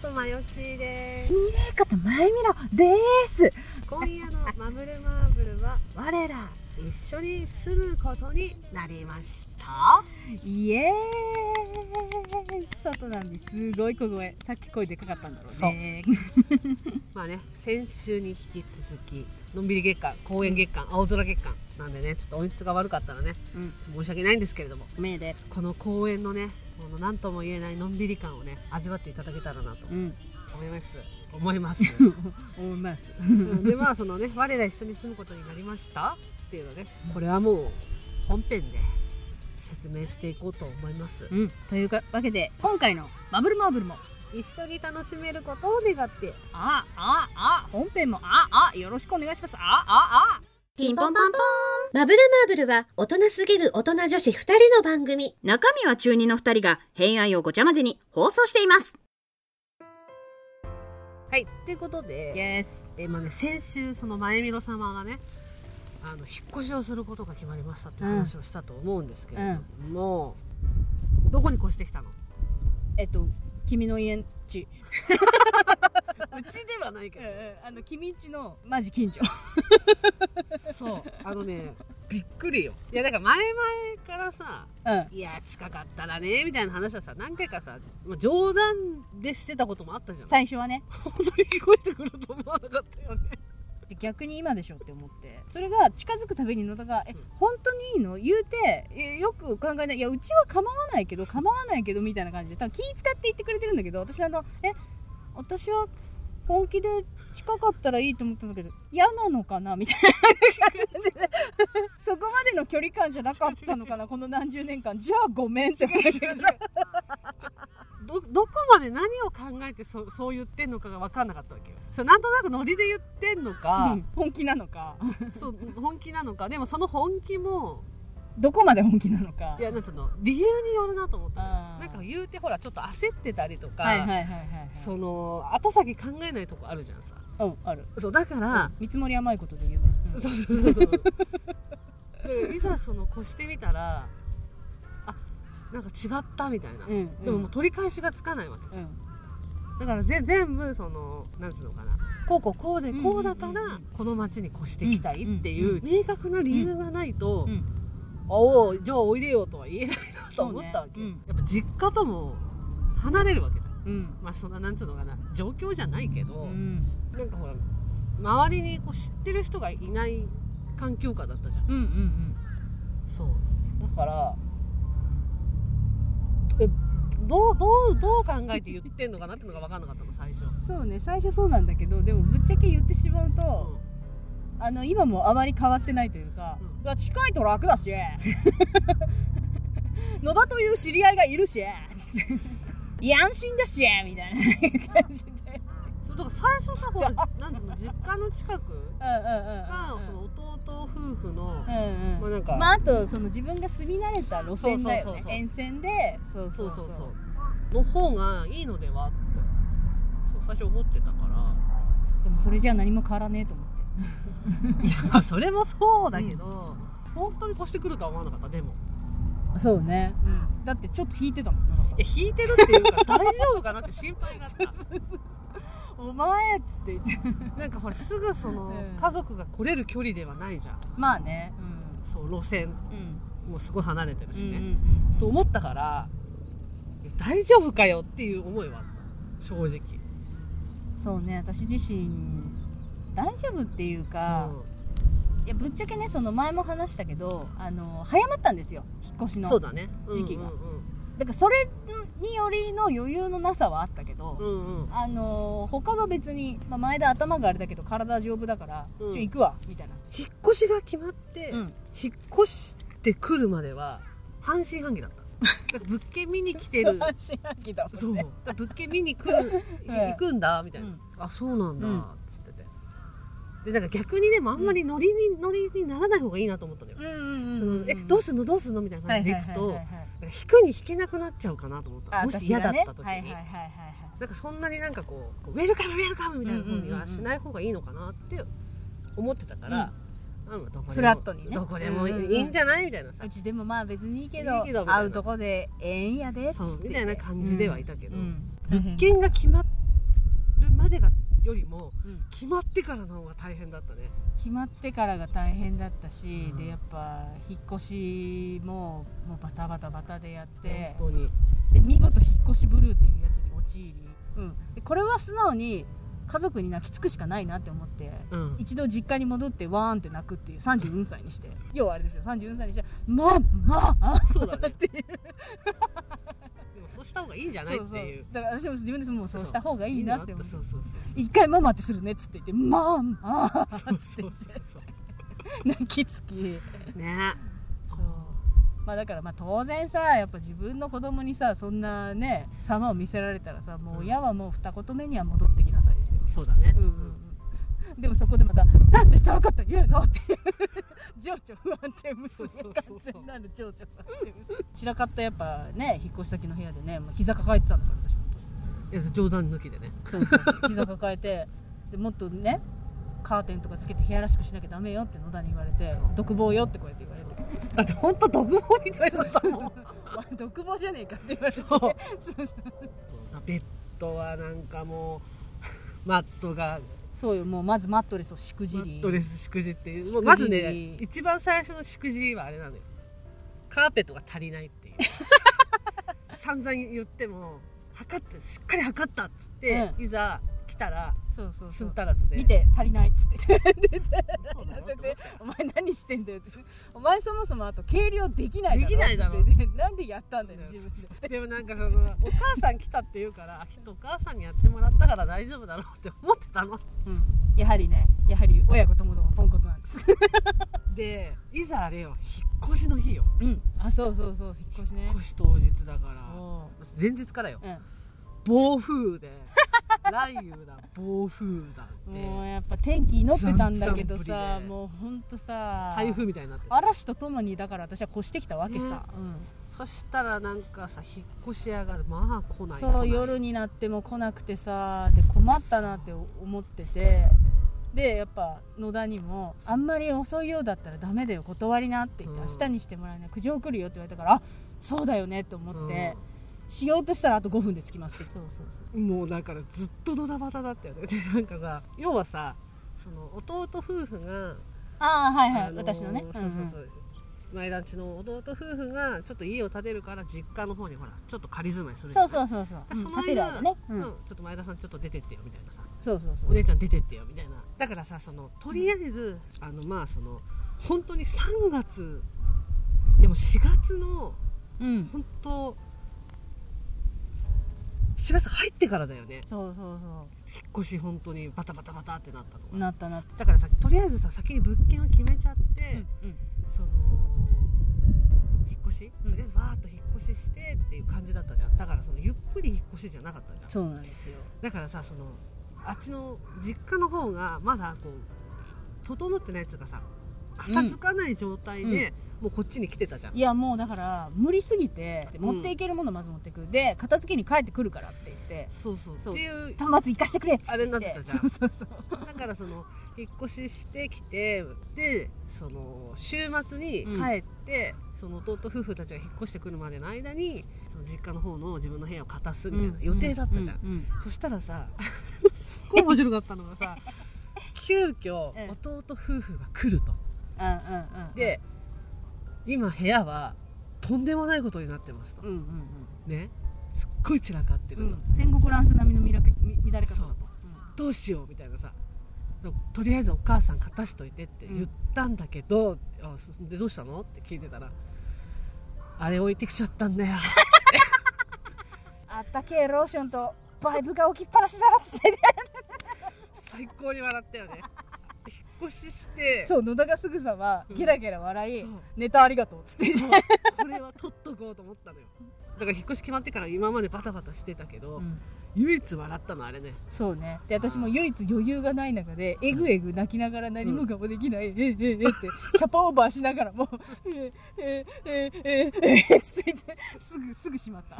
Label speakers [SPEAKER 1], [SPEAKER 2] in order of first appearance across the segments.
[SPEAKER 1] とまよちです
[SPEAKER 2] ミレイカと前見ろです
[SPEAKER 1] 今夜のマブルマーブルは
[SPEAKER 2] 我ら
[SPEAKER 1] 一緒に住むことになりました
[SPEAKER 2] イエーイ外なんですごい小声さっき声でかかったんだろうね
[SPEAKER 1] まあね先週に引き続きのんびり月間公園月間青空月間なんでねちょっと音質が悪かったらね
[SPEAKER 2] う、ん、
[SPEAKER 1] ちょっと申し訳ないんですけれども
[SPEAKER 2] 目で
[SPEAKER 1] この公園のねこの何とも言えないのんびり感をね味わっていただけたらなと
[SPEAKER 2] うん
[SPEAKER 1] 思います思います
[SPEAKER 2] 思います
[SPEAKER 1] うんでまあそのね我ら一緒に住むことになりましたっていうのねこれはもう本編で説明していこうと思います
[SPEAKER 2] うんというかわけで今回のマブルマーブルも
[SPEAKER 1] 一緒に楽しめることを願って
[SPEAKER 2] ああああ本編もああよろしくお願いしますあああ
[SPEAKER 3] ピンポンパンポーンマブルマーブルは大人すぎる大人女子2人の番組。
[SPEAKER 4] 中身は中二の二人が偏愛をごちゃ混ぜに放送しています
[SPEAKER 1] はいってことで
[SPEAKER 2] イエス
[SPEAKER 1] えーまあね、先週その前見ろ様がねあの引っ越しをすることが決まりましたって話をしたと思うんですけれども、もうどこに越してきたの
[SPEAKER 2] えっと君の家んち
[SPEAKER 1] うちではないけど
[SPEAKER 2] あの君んちのマジ近所
[SPEAKER 1] そうあのねびっくりよいやだから前々からさ
[SPEAKER 2] うん
[SPEAKER 1] いや近かったらねみたいな話はさ何回かさまあ冗談でしてたこともあったじゃん本
[SPEAKER 2] 最初はね
[SPEAKER 1] 当に聞こえてくると思わなかったよね
[SPEAKER 2] で逆に今でしょって思ってそれが近づくたびに野田が「え
[SPEAKER 1] うん
[SPEAKER 2] 本当にいいの?」言うてえよく考えない「いやうちは構わない けど構わないけど」みたいな感じで多分気使って言ってくれてるんだけど私あの「え私は本気で近かったらいいと思ったんだけど嫌なのかな?」みたいな感じで そこまでの距離感じゃなかったの かなこの何十年間じゃあごめんって話が
[SPEAKER 1] どどこまで何を考えてそそう言ってんのかが分かんなかったわけよそれなんとなくノリで言ってんのか、
[SPEAKER 2] 本気なのか
[SPEAKER 1] そう本気なのかでもその本気も
[SPEAKER 2] どこまで本気なのか
[SPEAKER 1] いやなんつうの理由によるなと思った
[SPEAKER 2] あー
[SPEAKER 1] なんか言うてほらちょっと焦ってたりとか、
[SPEAKER 2] はいはいはいはいはい
[SPEAKER 1] その後先考えないとこあるじゃんさ
[SPEAKER 2] うんある
[SPEAKER 1] そうだから、
[SPEAKER 2] 見積もり甘いことで言うの、うん
[SPEAKER 1] そうそうそうそうでいざその越してみたらあなんか違ったみたいな、
[SPEAKER 2] うん
[SPEAKER 1] でももう取り返しがつかないわけじゃん、だからぜ全部そのなんつうのかなこうこうこうでこうだか
[SPEAKER 2] うんうんうんう
[SPEAKER 1] ら
[SPEAKER 2] ん
[SPEAKER 1] この町に越してきたいってい
[SPEAKER 2] うん
[SPEAKER 1] う明確な理由がないと、
[SPEAKER 2] うんうん
[SPEAKER 1] おおじゃあおいでよとは言えないなと思ったわけ、
[SPEAKER 2] そうね
[SPEAKER 1] やっぱ実家とも離れるわけじゃん
[SPEAKER 2] うん
[SPEAKER 1] まあそんななんつうのかな状況じゃないけど、
[SPEAKER 2] うん
[SPEAKER 1] なんかほら周りにこう知ってる人がいない環境下だったじゃん
[SPEAKER 2] うんうん
[SPEAKER 1] そうだからえどうどうどう考えて言ってんのかなっていうのが分かんなかったの最初、
[SPEAKER 2] そうね最初そうなんだけどでもぶっちゃけ言ってしまう
[SPEAKER 1] う
[SPEAKER 2] と、
[SPEAKER 1] ん
[SPEAKER 2] あの今もあまり変わってないというか、
[SPEAKER 1] うん
[SPEAKER 2] うわ近いと楽だし 野田という知り合いがい るしつっていや安心だしみたいな感じで
[SPEAKER 1] そうだから最初さほらなんていうの実家の近くがそ
[SPEAKER 2] うんうんうん
[SPEAKER 1] の弟夫婦の、まあ
[SPEAKER 2] うんうん
[SPEAKER 1] なんか、
[SPEAKER 2] まああとその自分が住み慣れた路線だよね
[SPEAKER 1] そうそうそうそう
[SPEAKER 2] 沿線でそう
[SPEAKER 1] そ
[SPEAKER 2] そうう
[SPEAKER 1] そ
[SPEAKER 2] そうう
[SPEAKER 1] そうの方がいいのではってそう最初思ってたから
[SPEAKER 2] でもそれじゃあ何も変わらねえと思って
[SPEAKER 1] いや まあそれもそうだけど、本当に越してくるとは思わなかったでも
[SPEAKER 2] そうね、だってちょっと引いてたもんなんかさ
[SPEAKER 1] いや引いてるっていうか大丈夫かなって心配があっ た
[SPEAKER 2] お前っつって言って
[SPEAKER 1] なんかほらすぐその、
[SPEAKER 2] うん
[SPEAKER 1] 家族が来れる距離ではないじゃん
[SPEAKER 2] まあね
[SPEAKER 1] そう路線
[SPEAKER 2] うんうん
[SPEAKER 1] もすごい離れてるし
[SPEAKER 2] うん
[SPEAKER 1] ね、
[SPEAKER 2] うん
[SPEAKER 1] と思ったからいや大丈夫かよっていう思いはあった正直
[SPEAKER 2] そうね私自身大丈夫っていうか、いやぶっちゃけねその前も話したけどあの早まったんですよ引っ越し
[SPEAKER 1] うん
[SPEAKER 2] の
[SPEAKER 1] そうだね
[SPEAKER 2] 時期が
[SPEAKER 1] うん
[SPEAKER 2] だからそれによりの余裕のなさはあったけど、
[SPEAKER 1] うんうん、うんうん
[SPEAKER 2] あの他は別に、まあ、前田頭があれだけど体丈夫だから、
[SPEAKER 1] うん
[SPEAKER 2] ちょ行くわみたいな、
[SPEAKER 1] 引っ越しが決まって、
[SPEAKER 2] うん
[SPEAKER 1] 引っ越してくるまでは半信半疑だったな んか物件見に来てる
[SPEAKER 2] 信半期だ
[SPEAKER 1] そう物件見に来る い
[SPEAKER 2] ええ
[SPEAKER 1] 行くんだみたいな、
[SPEAKER 2] うん
[SPEAKER 1] あそうなんだ、
[SPEAKER 2] うん
[SPEAKER 1] つっててでなんか逆にねもうあんまりノリに、ノリにならない方がいいなと思ったのよ、
[SPEAKER 2] うんうん
[SPEAKER 1] そ
[SPEAKER 2] うん、
[SPEAKER 1] の
[SPEAKER 2] うん、
[SPEAKER 1] えどうすんのどうすんのみたいな
[SPEAKER 2] は
[SPEAKER 1] 感
[SPEAKER 2] い
[SPEAKER 1] じ
[SPEAKER 2] は
[SPEAKER 1] で
[SPEAKER 2] い
[SPEAKER 1] 行
[SPEAKER 2] はい
[SPEAKER 1] く
[SPEAKER 2] は
[SPEAKER 1] と、
[SPEAKER 2] いはい
[SPEAKER 1] なんか引くに引けなくなっちゃうかなと思った
[SPEAKER 2] あ
[SPEAKER 1] もし嫌だった時に、
[SPEAKER 2] 私がねはいはいはいはいはい
[SPEAKER 1] なんかそんなになんかこうこうウェルカムウェルカムみたいな方にはしない方がいいのかなって思ってたから、あのどこでも
[SPEAKER 2] フラットにね
[SPEAKER 1] どこでもいいんじゃないみたいなさ、
[SPEAKER 2] うちでもまあ別にいいけ
[SPEAKER 1] い
[SPEAKER 2] ど
[SPEAKER 1] いけどみたいな
[SPEAKER 2] 会うとこでええんやでっつって
[SPEAKER 1] そうみたいな感じではいたけど、
[SPEAKER 2] うん
[SPEAKER 1] 物件が決まっでがよりも
[SPEAKER 2] うん
[SPEAKER 1] 決まってからの方が大変だったね
[SPEAKER 2] 決まってからが大変だったし、
[SPEAKER 1] うん
[SPEAKER 2] でやっぱ引っ越しももうバタバタバタでやって
[SPEAKER 1] 本当に
[SPEAKER 2] で見事引っ越しブルーっていうやつに陥り、うん、でこれは素直に家族に泣きつくしかないなって思って。
[SPEAKER 1] うん
[SPEAKER 2] 一度実家に戻ってわーんって泣くっていう34歳に して要はあれですよ34歳にして「まあまあ!」
[SPEAKER 1] そうだね
[SPEAKER 2] っていう
[SPEAKER 1] でもそうした方がいいんじゃないっていう
[SPEAKER 2] だから私も自分でもうそうした方がいいなって思う
[SPEAKER 1] そうそうそう
[SPEAKER 2] 一回ママってするねっつって言って「まあまあ!」
[SPEAKER 1] そうそうそうそう
[SPEAKER 2] 泣きつき
[SPEAKER 1] ね
[SPEAKER 2] そうまあだからまあ当然さやっぱ自分の子供にさそんなね様を見せられたらさもう親はもう二言目には戻ってきなさいですよ、
[SPEAKER 1] そうだね
[SPEAKER 2] うんうん、でもそこでまた「なんでそのこと言うの?」っていう 情緒不安定娘
[SPEAKER 1] そう
[SPEAKER 2] 完
[SPEAKER 1] そうそうそう
[SPEAKER 2] 全なる情緒不安定娘散らかったやっぱね引っ越し先の部屋でねもう膝抱えてたんだから私本当に
[SPEAKER 1] いや冗談抜きでね
[SPEAKER 2] そうそう膝抱えてでもっとねカーテンとかつけて部屋らしくしなきゃダメよって野田に言われて
[SPEAKER 1] そう
[SPEAKER 2] 独房よってこうやって言われて
[SPEAKER 1] だって本当独房みたいなさもう
[SPEAKER 2] お前独房じゃねえかって言われて
[SPEAKER 1] そうベッドはなんかもうマットが
[SPEAKER 2] そうよもうまずマットレスをしくじ
[SPEAKER 1] マ
[SPEAKER 2] り
[SPEAKER 1] ットレスしくじっていう
[SPEAKER 2] しくじり
[SPEAKER 1] もうまずね一番最初のしくじりはあれなのよカーペットが足りないっていう散々言っても測ってしっかり測ったっつって、
[SPEAKER 2] う
[SPEAKER 1] いざ来たら
[SPEAKER 2] そうそう
[SPEAKER 1] す
[SPEAKER 2] そ
[SPEAKER 1] ん
[SPEAKER 2] う
[SPEAKER 1] たらずで
[SPEAKER 2] 見て足りないっつって
[SPEAKER 1] そうだよって思って
[SPEAKER 2] お前何してんだよってお前そもそもあと計量できないだろ
[SPEAKER 1] できないだろ
[SPEAKER 2] って言ってなんでやったんだよ自分で
[SPEAKER 1] でもなんかそのお母さん来たって言うからあきっとお母さんにやってもらったから大丈夫だろうって思ってたの
[SPEAKER 2] うんやはりねやはり親子ともどもポンコツなんです
[SPEAKER 1] でいざあれよ引っ越しの日よ
[SPEAKER 2] うんあそうそうそう引っ越しね
[SPEAKER 1] 引っ越し当日だから
[SPEAKER 2] そ
[SPEAKER 1] 前日からよ
[SPEAKER 2] ううん
[SPEAKER 1] 暴風で 雷雨だ暴風だ
[SPEAKER 2] もう
[SPEAKER 1] って
[SPEAKER 2] やっぱ天気祈ってたんだけど
[SPEAKER 1] ざんざん
[SPEAKER 2] さ
[SPEAKER 1] ぶりで
[SPEAKER 2] もうほんとさ
[SPEAKER 1] 台風みたいになってて
[SPEAKER 2] 嵐とともにだから私は越してきたわけさ、
[SPEAKER 1] そしたらなんかさ引っ越し屋がまあ来
[SPEAKER 2] うん
[SPEAKER 1] ない来
[SPEAKER 2] そ
[SPEAKER 1] な
[SPEAKER 2] う
[SPEAKER 1] い
[SPEAKER 2] 夜になっても来なくてさで困ったなって思っててでやっぱ野田にも「あんまり遅いようだったらダメだよ断りな」って言って
[SPEAKER 1] う
[SPEAKER 2] 「
[SPEAKER 1] ん
[SPEAKER 2] 明日にしてもらえない苦情来るよ」って言われたから「あそうだよね」と思って、しようとしたらあと5分で着きますってそうそうそ
[SPEAKER 1] う
[SPEAKER 2] う
[SPEAKER 1] んもうだからずっとドタバタだったよねでなんかさ要はさその弟夫婦が
[SPEAKER 2] ああはいはい、
[SPEAKER 1] あー
[SPEAKER 2] 私のね
[SPEAKER 1] そうそうそう、前団地の弟夫婦がちょっと家を建てるから実家の方にほらちょっと仮住まいするじゃ
[SPEAKER 2] そ
[SPEAKER 1] な
[SPEAKER 2] う
[SPEAKER 1] い
[SPEAKER 2] そうそうそ
[SPEAKER 1] で
[SPEAKER 2] う
[SPEAKER 1] そ
[SPEAKER 2] うん
[SPEAKER 1] の
[SPEAKER 2] ホテルあ
[SPEAKER 1] 間、
[SPEAKER 2] るね、う
[SPEAKER 1] うん
[SPEAKER 2] ん
[SPEAKER 1] ちょっと前田さんちょっと出てってよみたいなさ
[SPEAKER 2] そうそうそ
[SPEAKER 1] お
[SPEAKER 2] う
[SPEAKER 1] 姉ちゃん出てってよみたいなだからさそのとりあえず、あのまあその本当に3月でも4月の
[SPEAKER 2] うん
[SPEAKER 1] 本当4月入ってからだよね
[SPEAKER 2] そうそうそ
[SPEAKER 1] 引っ越し本当にバタバタバタってなったの
[SPEAKER 2] う
[SPEAKER 1] が
[SPEAKER 2] なったなった
[SPEAKER 1] だからさとりあえずさ先に物件を決めちゃって、
[SPEAKER 2] うん
[SPEAKER 1] その引っ越し、
[SPEAKER 2] うん
[SPEAKER 1] とりあえずわーっと引っ越ししてっていう感じだったじゃんだからそのゆっくり引っ越しじゃなかったじゃん
[SPEAKER 2] そうなんですよ
[SPEAKER 1] だからさそのあっちの実家の方がまだこう整ってないやつがさ片付かない状態で、
[SPEAKER 2] うんうん
[SPEAKER 1] もうこっちに来てたじゃん
[SPEAKER 2] いやもうだから無理すぎて
[SPEAKER 1] うん
[SPEAKER 2] 持っていけるものまず持っていく、で片付けに帰ってくるからって言って
[SPEAKER 1] そうそう
[SPEAKER 2] そう
[SPEAKER 1] っていう
[SPEAKER 2] 端末行かしてくれっつって
[SPEAKER 1] あれになってたじゃん
[SPEAKER 2] そうそうそう
[SPEAKER 1] だからその引っ越ししてきてでその週末に
[SPEAKER 2] うん
[SPEAKER 1] 帰って、その弟夫婦たちが引っ越してくるまでの間にその実家の方の自分の部屋を片すみたいな予定だったじゃん、
[SPEAKER 2] うんうん
[SPEAKER 1] そしたらさすっごい面白かったのがさ急遽
[SPEAKER 2] ええ
[SPEAKER 1] 弟夫婦が来ると。
[SPEAKER 2] うんうんうん
[SPEAKER 1] で今部屋はとんでもないことになってますと
[SPEAKER 2] うんうん
[SPEAKER 1] ねすっごい散らかって
[SPEAKER 2] う
[SPEAKER 1] る
[SPEAKER 2] ん、う
[SPEAKER 1] の、
[SPEAKER 2] ん、戦国乱世並みの乱れみ乱れ方だ
[SPEAKER 1] そう
[SPEAKER 2] と
[SPEAKER 1] どうしようみたいなさとりあえずお母さん勝たしといてって言ったんだけど、あそでどうしたのって聞いてたらあれ置いてきちゃったんだよ
[SPEAKER 2] あったけえローションとバイブが置きっぱなしだっつって
[SPEAKER 1] 最高に笑ったよね引っ越しして
[SPEAKER 2] そう野田がすぐさまゲラゲラ笑い、
[SPEAKER 1] そう
[SPEAKER 2] ネタありがとうっつって
[SPEAKER 1] そうこれは取っとこうと思ったのよだから引っ越し決まってから今までバタバタしてたけど、
[SPEAKER 2] うん
[SPEAKER 1] 唯一笑ったのあれね
[SPEAKER 2] そうねで私も唯一余裕がない中でえぐえぐ泣きながら何も我慢できない、えええええってキャパオーバーしながらも ええええええええつってすぐすぐしまった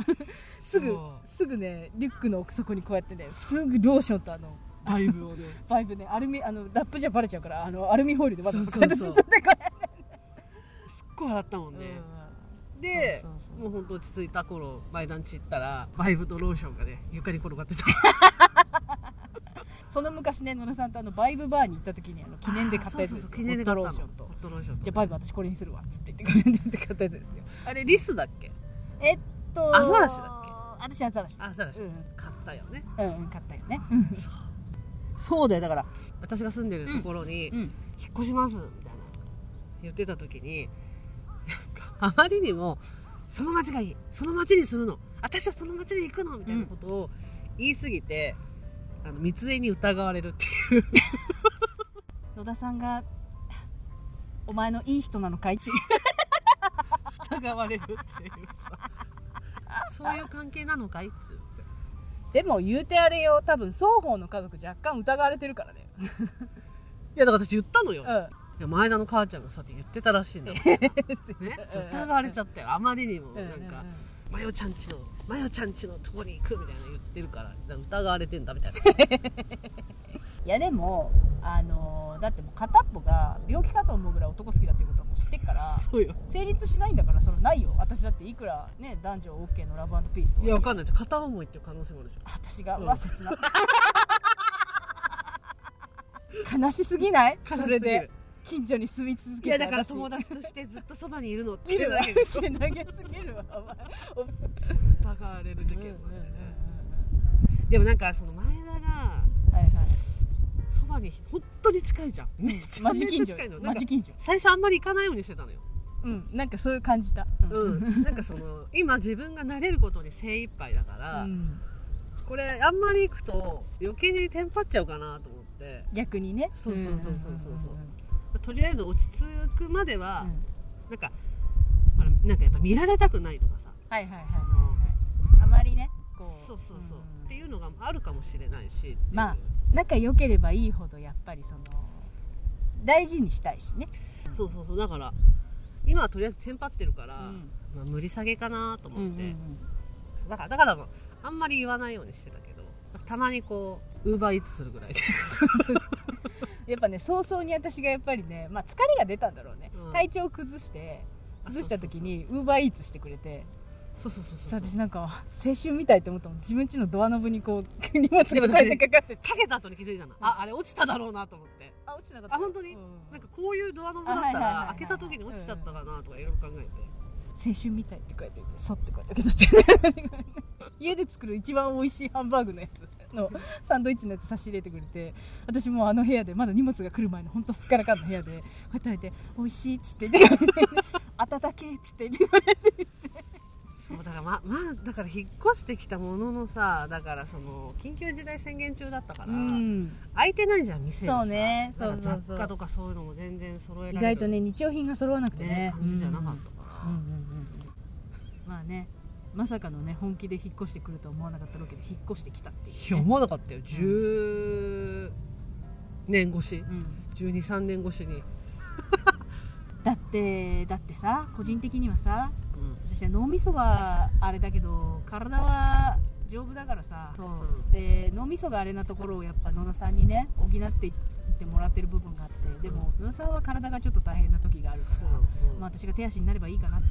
[SPEAKER 2] すぐ
[SPEAKER 1] そう
[SPEAKER 2] すぐねリュックの奥底にこうやってねすぐローションとあの
[SPEAKER 1] だいぶをね
[SPEAKER 2] バイブねアルミあのラップじゃバレちゃうからあのアルミホイルでまだ
[SPEAKER 1] そう
[SPEAKER 2] こ
[SPEAKER 1] そうう
[SPEAKER 2] やっ
[SPEAKER 1] そ
[SPEAKER 2] て
[SPEAKER 1] う
[SPEAKER 2] 進 んでこ
[SPEAKER 1] すっごい笑ったもん
[SPEAKER 2] う
[SPEAKER 1] ね、
[SPEAKER 2] うん
[SPEAKER 1] で
[SPEAKER 2] そうそうそう
[SPEAKER 1] もう本当落ち着いた頃前団地行ったらバイブとローションがね床に転がってた
[SPEAKER 2] その昔ね野田さんとあのバイブバーに行った時にあの記念で買ったやつです
[SPEAKER 1] あーそうそうそう記
[SPEAKER 2] よ
[SPEAKER 1] 念で買ったの
[SPEAKER 2] ホットローションと
[SPEAKER 1] ホットローションと
[SPEAKER 2] じゃあバイブ私これにするわっつって言って記念で買ったやつですよ
[SPEAKER 1] あれリスだっけ
[SPEAKER 2] えっと
[SPEAKER 1] アザラシだ
[SPEAKER 2] っけ私アザラシ
[SPEAKER 1] あそうだ
[SPEAKER 2] うん
[SPEAKER 1] 買ったよね
[SPEAKER 2] うんうん買ったよねそうだよだから
[SPEAKER 1] 私が住んでるところに
[SPEAKER 2] うん
[SPEAKER 1] 引っ越しますみたいな言ってた時になんかあまりにもその町がいいその町にするの私はその町に行くのみたいなことを言い過ぎて、あの密営に疑われるっていう
[SPEAKER 2] 野田さんが「お前のいい人なのかい?」って疑われるっていう
[SPEAKER 1] そういう関係なのかいっつって
[SPEAKER 2] でも言うてあれよ多分双方の家族若干疑われてるからね
[SPEAKER 1] いやだから私言ったのよ、
[SPEAKER 2] う
[SPEAKER 1] い
[SPEAKER 2] ん
[SPEAKER 1] や前田の母ちゃんがさって言ってたらしいんだ もんねそう疑われちゃったよあまりにもなんか、マヨちゃんちのマヨちゃんちのとこに行くみたいな言ってるからなんか疑われてんだみたいな
[SPEAKER 2] いやでもあのーだってもう片っぽが病気かと思うぐらい男好きだっていうことはもう知ってっか ら
[SPEAKER 1] そうよ
[SPEAKER 2] 成立しないんだからそれはないよ私だっていくらね男女 OK のラブピースと
[SPEAKER 1] いやわかん
[SPEAKER 2] ない
[SPEAKER 1] ない片思いっていう可能性もあるでしょ
[SPEAKER 2] 私が
[SPEAKER 1] うん
[SPEAKER 2] うわ切な悲しすぎない
[SPEAKER 1] 悲しすぎる
[SPEAKER 2] それで近所に住み続け
[SPEAKER 1] い
[SPEAKER 2] てい
[SPEAKER 1] やだから友達としてずっとそばにいるのっていうだ
[SPEAKER 2] 投
[SPEAKER 1] けでしょ
[SPEAKER 2] げすぎるわお前
[SPEAKER 1] 疑われる事件もあってね、でもなんかその前田が
[SPEAKER 2] はいはい
[SPEAKER 1] そばに本当に近いじゃんめちゃ
[SPEAKER 2] マ
[SPEAKER 1] め
[SPEAKER 2] ジ
[SPEAKER 1] ち
[SPEAKER 2] 近
[SPEAKER 1] ゃ
[SPEAKER 2] 所
[SPEAKER 1] 近いのな
[SPEAKER 2] マ
[SPEAKER 1] んか
[SPEAKER 2] ジ近所
[SPEAKER 1] 最初あんまり行かないようにしてたのよ、
[SPEAKER 2] うんなんかそういう感じた
[SPEAKER 1] う
[SPEAKER 2] うん
[SPEAKER 1] ん、なんかその今自分が慣れることに精一杯だから、
[SPEAKER 2] うん
[SPEAKER 1] これあんまり行くと余計にテンパっちゃうかなと思って
[SPEAKER 2] 逆にね
[SPEAKER 1] そうそうそうそうそうそうとりあえず落ち着くまでは、
[SPEAKER 2] ん
[SPEAKER 1] なんかほらなんかやっぱ見られたくないとかさ
[SPEAKER 2] はいはいはいはい
[SPEAKER 1] その
[SPEAKER 2] はいあまりねこう
[SPEAKER 1] そうそうそう、
[SPEAKER 2] ん
[SPEAKER 1] っていうのがあるかもしれないしっていう
[SPEAKER 2] まあ仲良ければいいほどやっぱりその大事にしたいしね
[SPEAKER 1] そうそうそうだから今はとりあえずテンパってるから、
[SPEAKER 2] うん
[SPEAKER 1] まあ、無理下げかなと思って、
[SPEAKER 2] うんうん
[SPEAKER 1] そうだからだからまああんまり言わないようにしてたけどたまにこうウーバーイーツするぐらい で
[SPEAKER 2] うんやっぱね早々に私がやっぱりねまあ疲れが出たんだろうね
[SPEAKER 1] うん
[SPEAKER 2] 体調崩して崩した時にウーバーイーツしてくれて
[SPEAKER 1] そうそうそうそ
[SPEAKER 2] さ
[SPEAKER 1] うそう
[SPEAKER 2] 私なんか青春みたいって思ったもん自分家のドアノブにこう荷物が抱いてかかってて
[SPEAKER 1] かけた後に気づいたの、ああれ落ちただろうなと思って
[SPEAKER 2] あ落ちなか
[SPEAKER 1] ったあ本当になんかこういうドアノブだった
[SPEAKER 2] あはいはいはいはい
[SPEAKER 1] ら開けた時に落ちちゃったかなとかいろいろ考えて、
[SPEAKER 2] 青春みたいってこうやってそってこうやって開けてて家で作る一番美味しいハンバーグのやつ のサンドイッチのやつ差し入れてくれて私もうあの部屋でまだ荷物が来る前の本当すっからかんの部屋でこうやって開いて「美味しい」っつって言って 温けい」っつって言って
[SPEAKER 1] そうだからままあだから引っ越してきたもののさだからその緊急事態宣言中だったから、空いてないじゃん店がさ
[SPEAKER 2] そうね
[SPEAKER 1] だから
[SPEAKER 2] そうそうそう
[SPEAKER 1] 雑貨とかそういうのも全然揃えられる
[SPEAKER 2] 意外とね日用品が揃わなくてね
[SPEAKER 1] ね感じじゃなかったから、
[SPEAKER 2] うんうんうんうんまあねまさかのね本気で引っ越してくると思わなかったロケで引っ越してきたっていう、ね、
[SPEAKER 1] いや思わなかったよ10年越し
[SPEAKER 2] うん
[SPEAKER 1] 123年越しに、
[SPEAKER 2] だってだってさ個人的にはさ私は脳みそはあれだけど体は丈夫だからさそう
[SPEAKER 1] うん
[SPEAKER 2] で脳みそがあれなところをやっぱ野田さんにね補っていってもらってる部分があってでも野田さんは体がちょっと大変な時があるから
[SPEAKER 1] そうなの、
[SPEAKER 2] まあ、私が手足になればいいかなって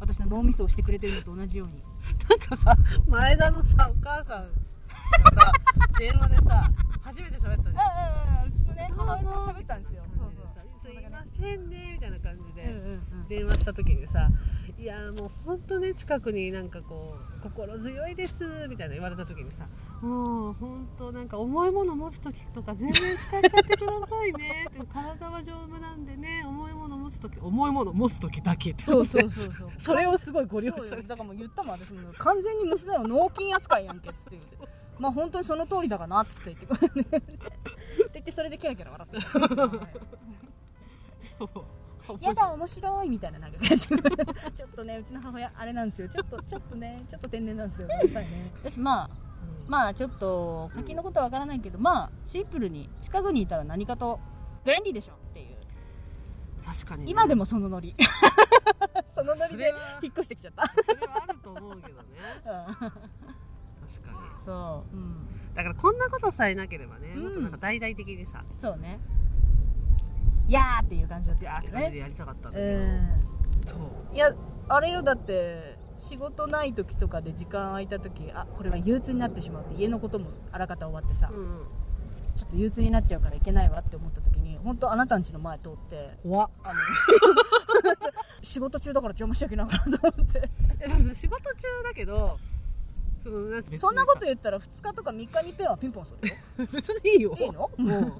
[SPEAKER 2] 私の脳みそをしてくれてるのと同じように
[SPEAKER 1] なんかさ前田のさお母さんが さ電話でさ初めて喋ったじゃん
[SPEAKER 2] ああうちのね
[SPEAKER 1] どうも
[SPEAKER 2] 母親と喋ったんですよそう
[SPEAKER 1] す
[SPEAKER 2] そう
[SPEAKER 1] いませんねみたいな感じ
[SPEAKER 2] うんう
[SPEAKER 1] で
[SPEAKER 2] んうん
[SPEAKER 1] 電話した時にさ「いやもう本当ね近くになんかこう心強いです」みたいな言われた時にさ「もう本当なんか重いもの持つ時とか全然使っちゃってくださいね」って「体は丈夫なんでね重いもの持つ時重いもの持つ時だけ」って
[SPEAKER 2] そうそうそうそう
[SPEAKER 1] それをすごいご利用
[SPEAKER 2] そう
[SPEAKER 1] さ
[SPEAKER 2] よ
[SPEAKER 1] れ
[SPEAKER 2] だからもう言ったもん私も完全に娘を脳筋扱いやんけっつって言ってまあ本当にその通りだかなっつって言ってこうねって言ってそれでキャラキャラ笑ってた
[SPEAKER 1] そう
[SPEAKER 2] やだ面白いみたいななんか感じちょっとねうちの母親あれなんですよちょっとちょっとねちょっと天然なんですよごめんなさいね私まあまあちょっと先のことはわからないけど、まあシンプルに近くにいたら何かと便利でしょっていう
[SPEAKER 1] 確かにね、
[SPEAKER 2] 今でもそのノリ そのノリで引っ越してきちゃった
[SPEAKER 1] それはあると思うけどね
[SPEAKER 2] うん
[SPEAKER 1] 確かに
[SPEAKER 2] そう、うん、
[SPEAKER 1] だからこんなことさえなければね、
[SPEAKER 2] うん
[SPEAKER 1] もっとなんか大々的にさ
[SPEAKER 2] そうね。いやーっていう感じだっ
[SPEAKER 1] いやー
[SPEAKER 2] た
[SPEAKER 1] って
[SPEAKER 2] けど
[SPEAKER 1] 感じで
[SPEAKER 2] ね。
[SPEAKER 1] やりたかったんだけど、
[SPEAKER 2] う。
[SPEAKER 1] そうん
[SPEAKER 2] いや、あれよ、だって、仕事ない時とかで時間空いた時、あ、これは憂鬱になってしまうって、家のこともあらかた終わってさ、
[SPEAKER 1] うん
[SPEAKER 2] ちょっとと憂鬱になっちゃうからいけないわって思った時に本当あなたん家の前通って
[SPEAKER 1] 怖っ
[SPEAKER 2] あの仕事中だから邪魔しちゃいけないかなと 思って
[SPEAKER 1] えでも仕事中だけどそのなんて
[SPEAKER 2] そんなこと言ったら2日とか3日にペンはピンポンするよ
[SPEAKER 1] 別にいい よ
[SPEAKER 2] いいの
[SPEAKER 1] も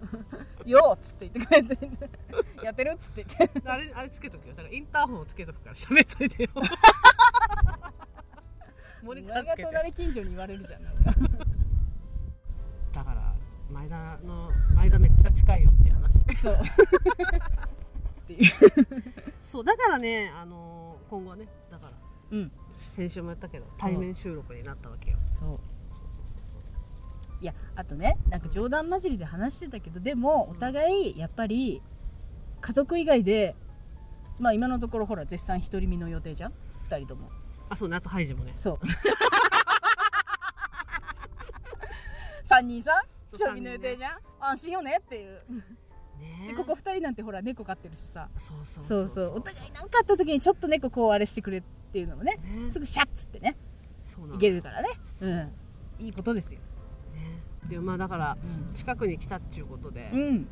[SPEAKER 2] よっつって言って帰ってやってるっつって言って
[SPEAKER 1] うあれあれつけとくよだからインターホンをつけとくから喋っとい てよモニター
[SPEAKER 2] 俺
[SPEAKER 1] つけ
[SPEAKER 2] が
[SPEAKER 1] て
[SPEAKER 2] 隣近所に言われるじゃんなんか
[SPEAKER 1] だから前田の前田めっちゃ近いよっていう話
[SPEAKER 2] そう
[SPEAKER 1] そうだからねあのー今後はねだから
[SPEAKER 2] うん
[SPEAKER 1] 先週もやったけど対面収録になったわけよ
[SPEAKER 2] そういやあとねなんか冗談交じりで話してたけどでもお互いやっぱり家族以外でまあ今のところほら絶賛独り身の予定じゃん2人とも
[SPEAKER 1] あそうねあとハイジもね
[SPEAKER 2] そう3人さ
[SPEAKER 1] そう
[SPEAKER 2] 独り身の予定じゃん安心よねっていう
[SPEAKER 1] ね
[SPEAKER 2] でここ2人なんてほら猫飼ってるしさ
[SPEAKER 1] そうそう
[SPEAKER 2] そうそうお互い何かあった時にちょっと猫こうあれしてくれっていうのもね
[SPEAKER 1] ね
[SPEAKER 2] すぐシャッつってね
[SPEAKER 1] そうないん
[SPEAKER 2] け
[SPEAKER 1] だ
[SPEAKER 2] るからねうんいいことですよ
[SPEAKER 1] ねでまあだから
[SPEAKER 2] う
[SPEAKER 1] 近くに来たっていうことで、
[SPEAKER 2] ん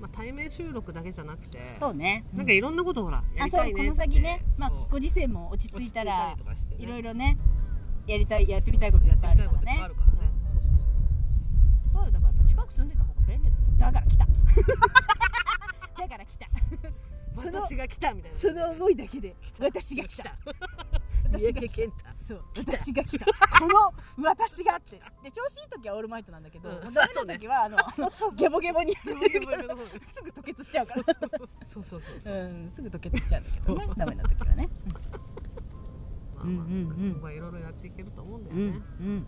[SPEAKER 1] まあ、対面収録だけじゃなくて
[SPEAKER 2] そうね
[SPEAKER 1] なんかいろんなことほらや
[SPEAKER 2] あ
[SPEAKER 1] り
[SPEAKER 2] そう
[SPEAKER 1] た
[SPEAKER 2] こ
[SPEAKER 1] いね
[SPEAKER 2] の
[SPEAKER 1] って
[SPEAKER 2] 先ね、まあ
[SPEAKER 1] そう、
[SPEAKER 2] ご時世も落ち着いたら
[SPEAKER 1] 落ち着いたりとかしてね
[SPEAKER 2] いろいろねやりたいやってみたいことがいっぱいあるからね
[SPEAKER 1] やってみたいこといっぱいあるからね
[SPEAKER 2] そうそうそうそうだから近く住んでた方が便利だねだから来ただから来たその
[SPEAKER 1] 私が来たみたいな
[SPEAKER 2] その思いだけで私が来た
[SPEAKER 1] 三
[SPEAKER 2] 私
[SPEAKER 1] 宅
[SPEAKER 2] が来た
[SPEAKER 1] 健太
[SPEAKER 2] そう私が来たこの私がってで調子いい時はオールマイトなんだけど、
[SPEAKER 1] うん
[SPEAKER 2] ダメな時はあのゲボゲボにするから
[SPEAKER 1] そう
[SPEAKER 2] すぐ吐血しちゃうから
[SPEAKER 1] そうそうそうそう
[SPEAKER 2] うんすぐ吐血しちゃうんだけどねダメな時はね
[SPEAKER 1] まあまあ
[SPEAKER 2] うんうんうん
[SPEAKER 1] 今後はいろいろやっていけると思うんだ
[SPEAKER 2] う
[SPEAKER 1] よね、
[SPEAKER 2] んうん
[SPEAKER 1] うん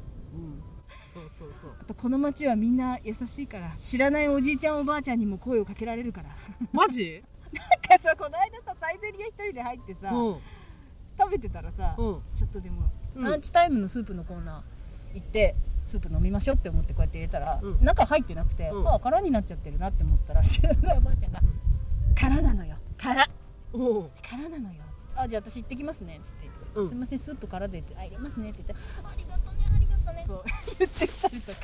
[SPEAKER 1] そうそうそう
[SPEAKER 2] あとこの町はみんな優しいから知らないおじいちゃんおばあちゃんにも声をかけられるから
[SPEAKER 1] マジ
[SPEAKER 2] なんかさこの間さサイゼリア一人で入ってさ、
[SPEAKER 1] うん
[SPEAKER 2] 食べてたらさ、
[SPEAKER 1] うん
[SPEAKER 2] ちょっとでも、
[SPEAKER 1] うん
[SPEAKER 2] ランチタイムのスープのコーナー行ってスープ飲みましょうって思ってこうやって入れたら、
[SPEAKER 1] うん
[SPEAKER 2] 中入ってなくて、
[SPEAKER 1] うん
[SPEAKER 2] ああ空になっちゃってるなって思ったら知らないおばあちゃんが「空なのよ空
[SPEAKER 1] おう
[SPEAKER 2] 空なのよ」つって「あじゃあ私行ってきますね」つって言って
[SPEAKER 1] うん
[SPEAKER 2] すいませんスープ空で」って「あ入れますね」って言って「ありがとうねありがとうね」そう言ってきたりとか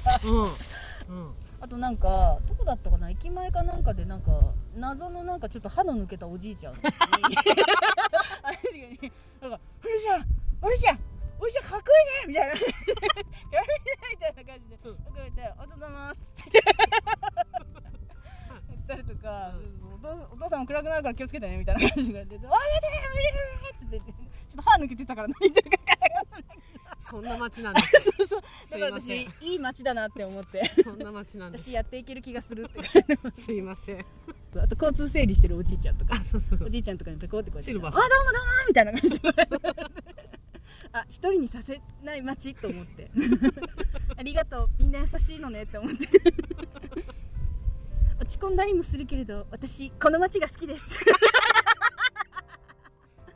[SPEAKER 1] うんうん
[SPEAKER 2] あとなんかどこだったかな駅前かなんかでなんか謎のなんかちょっと歯の抜けたおじいちゃんにあれ確かになんか「おじちゃんおじちゃんおじちゃんかっこいいね」みたいな「やめない」みたいな感じで
[SPEAKER 1] うん
[SPEAKER 2] 僕見て「おはようございます」って言ったりとか「お父お父さんも暗くなるから気をつけてね」みたいな感じが出て「おはようございます」って言ってちょっと歯抜けてたから何言ってる か分からない
[SPEAKER 1] そんな街なんで
[SPEAKER 2] そうそうだから
[SPEAKER 1] すい
[SPEAKER 2] 私
[SPEAKER 1] ま
[SPEAKER 2] いい街だなって思って
[SPEAKER 1] すそんな街なんです
[SPEAKER 2] 私やっていける気がするって
[SPEAKER 1] すいません
[SPEAKER 2] あと交通整理してるおじいちゃんとか
[SPEAKER 1] あそうそう
[SPEAKER 2] おじいちゃんとかにペコってこうやって
[SPEAKER 1] シルバー
[SPEAKER 2] あどうもどうもみたいな感じであ一人にさせない街と思って ありがとうみんな優しいのねって思って落ち込んだりもするけれど私この街が好きです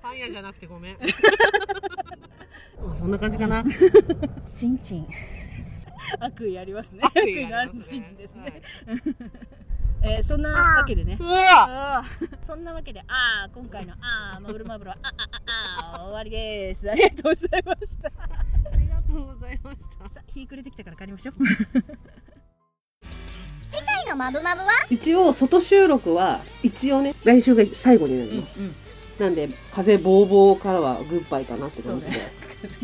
[SPEAKER 1] パン屋じゃなくてごめんまあそんな感じかな
[SPEAKER 2] チンチン悪意ありますね悪
[SPEAKER 1] 悪意
[SPEAKER 2] 意のあ
[SPEAKER 1] があ
[SPEAKER 2] る
[SPEAKER 1] ります
[SPEAKER 2] チ
[SPEAKER 1] ね
[SPEAKER 2] ンチンですね、 えーそんなわけでね
[SPEAKER 1] うわ
[SPEAKER 2] あーそんなわけで、ああ、今回のああ、マブルマブルは、あああああ、終わりです。ありがとうございました。
[SPEAKER 1] ありがとうございました
[SPEAKER 2] さあ、日暮れてきたから帰りましょう。
[SPEAKER 3] 回のマブマブは
[SPEAKER 1] 一応外収録は一応ね来週が最後になります、
[SPEAKER 2] ん、
[SPEAKER 1] なんで風ボーボーからはグッバイかなって感じで、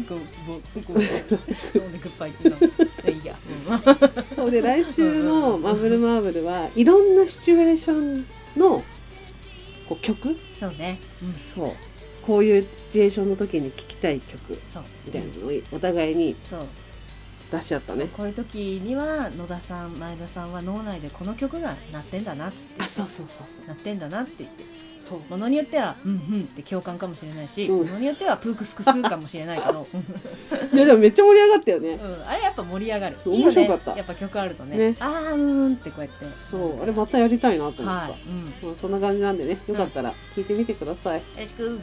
[SPEAKER 2] こう、こう、飲んでグッバイっての。いいや。
[SPEAKER 1] そうで来週の「マブルマーブル」はいろんなシチュエーションのこう曲、
[SPEAKER 2] そうね。
[SPEAKER 1] そうこういうシチュエーションの時に聴きたい曲
[SPEAKER 2] そう。
[SPEAKER 1] みたいなのをお互いに
[SPEAKER 2] そう。
[SPEAKER 1] 出し合ったね
[SPEAKER 2] こういう時には、野田さん、前田さんは脳内でこの曲が鳴ってんだなっつって。
[SPEAKER 1] あそうそうそうそう
[SPEAKER 2] 鳴ってんだなって言って。
[SPEAKER 1] そう
[SPEAKER 2] ものによっては、うんうんって共感かもしれないし、
[SPEAKER 1] うん
[SPEAKER 2] ものによってはプークスクスーかもしれないけど。
[SPEAKER 1] いやでもめっちゃ盛り上がったよね
[SPEAKER 2] うん、あれやっぱ盛り上がる。
[SPEAKER 1] そう
[SPEAKER 2] いいよね
[SPEAKER 1] 面白かった
[SPEAKER 2] やっぱ曲あるとね。
[SPEAKER 1] ね
[SPEAKER 2] あーうーんってこうやって。
[SPEAKER 1] そうあれまたやりたいなと思った、
[SPEAKER 2] はい。うん。よ
[SPEAKER 1] まあそんな感じなんでねよかったら聴いてみてください、
[SPEAKER 2] ろしく。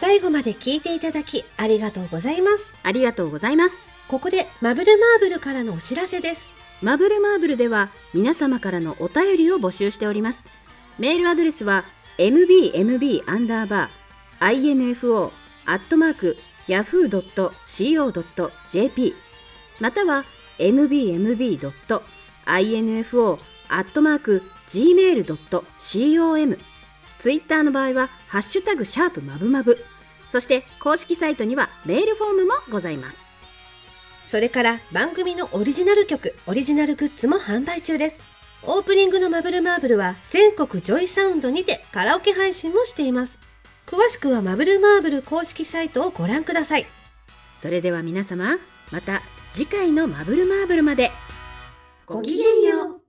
[SPEAKER 3] 最後まで聞いていただきありがとうございます。
[SPEAKER 4] ありがとうございます。
[SPEAKER 3] ここでマブルマーブルからのお知らせです。
[SPEAKER 4] マブルマーブルでは皆様からのお便りを募集しております。メールアドレスは mbmb info アットマーク yahoo.co.jp または mbmb.info アットマーク gmail.com ツイッターの場合はハッシュタグシャープまぶまぶそして公式サイトにはメールフォームもございます
[SPEAKER 3] それから番組のオリジナル曲、オリジナルグッズも販売中です。オープニングのマブルマーブルは全国ジョイサウンドにてカラオケ配信もしています。詳しくはマブルマーブル公式サイトをご覧ください。
[SPEAKER 4] それでは皆様また次回のマブルマーブルまで
[SPEAKER 3] ごきげんよう。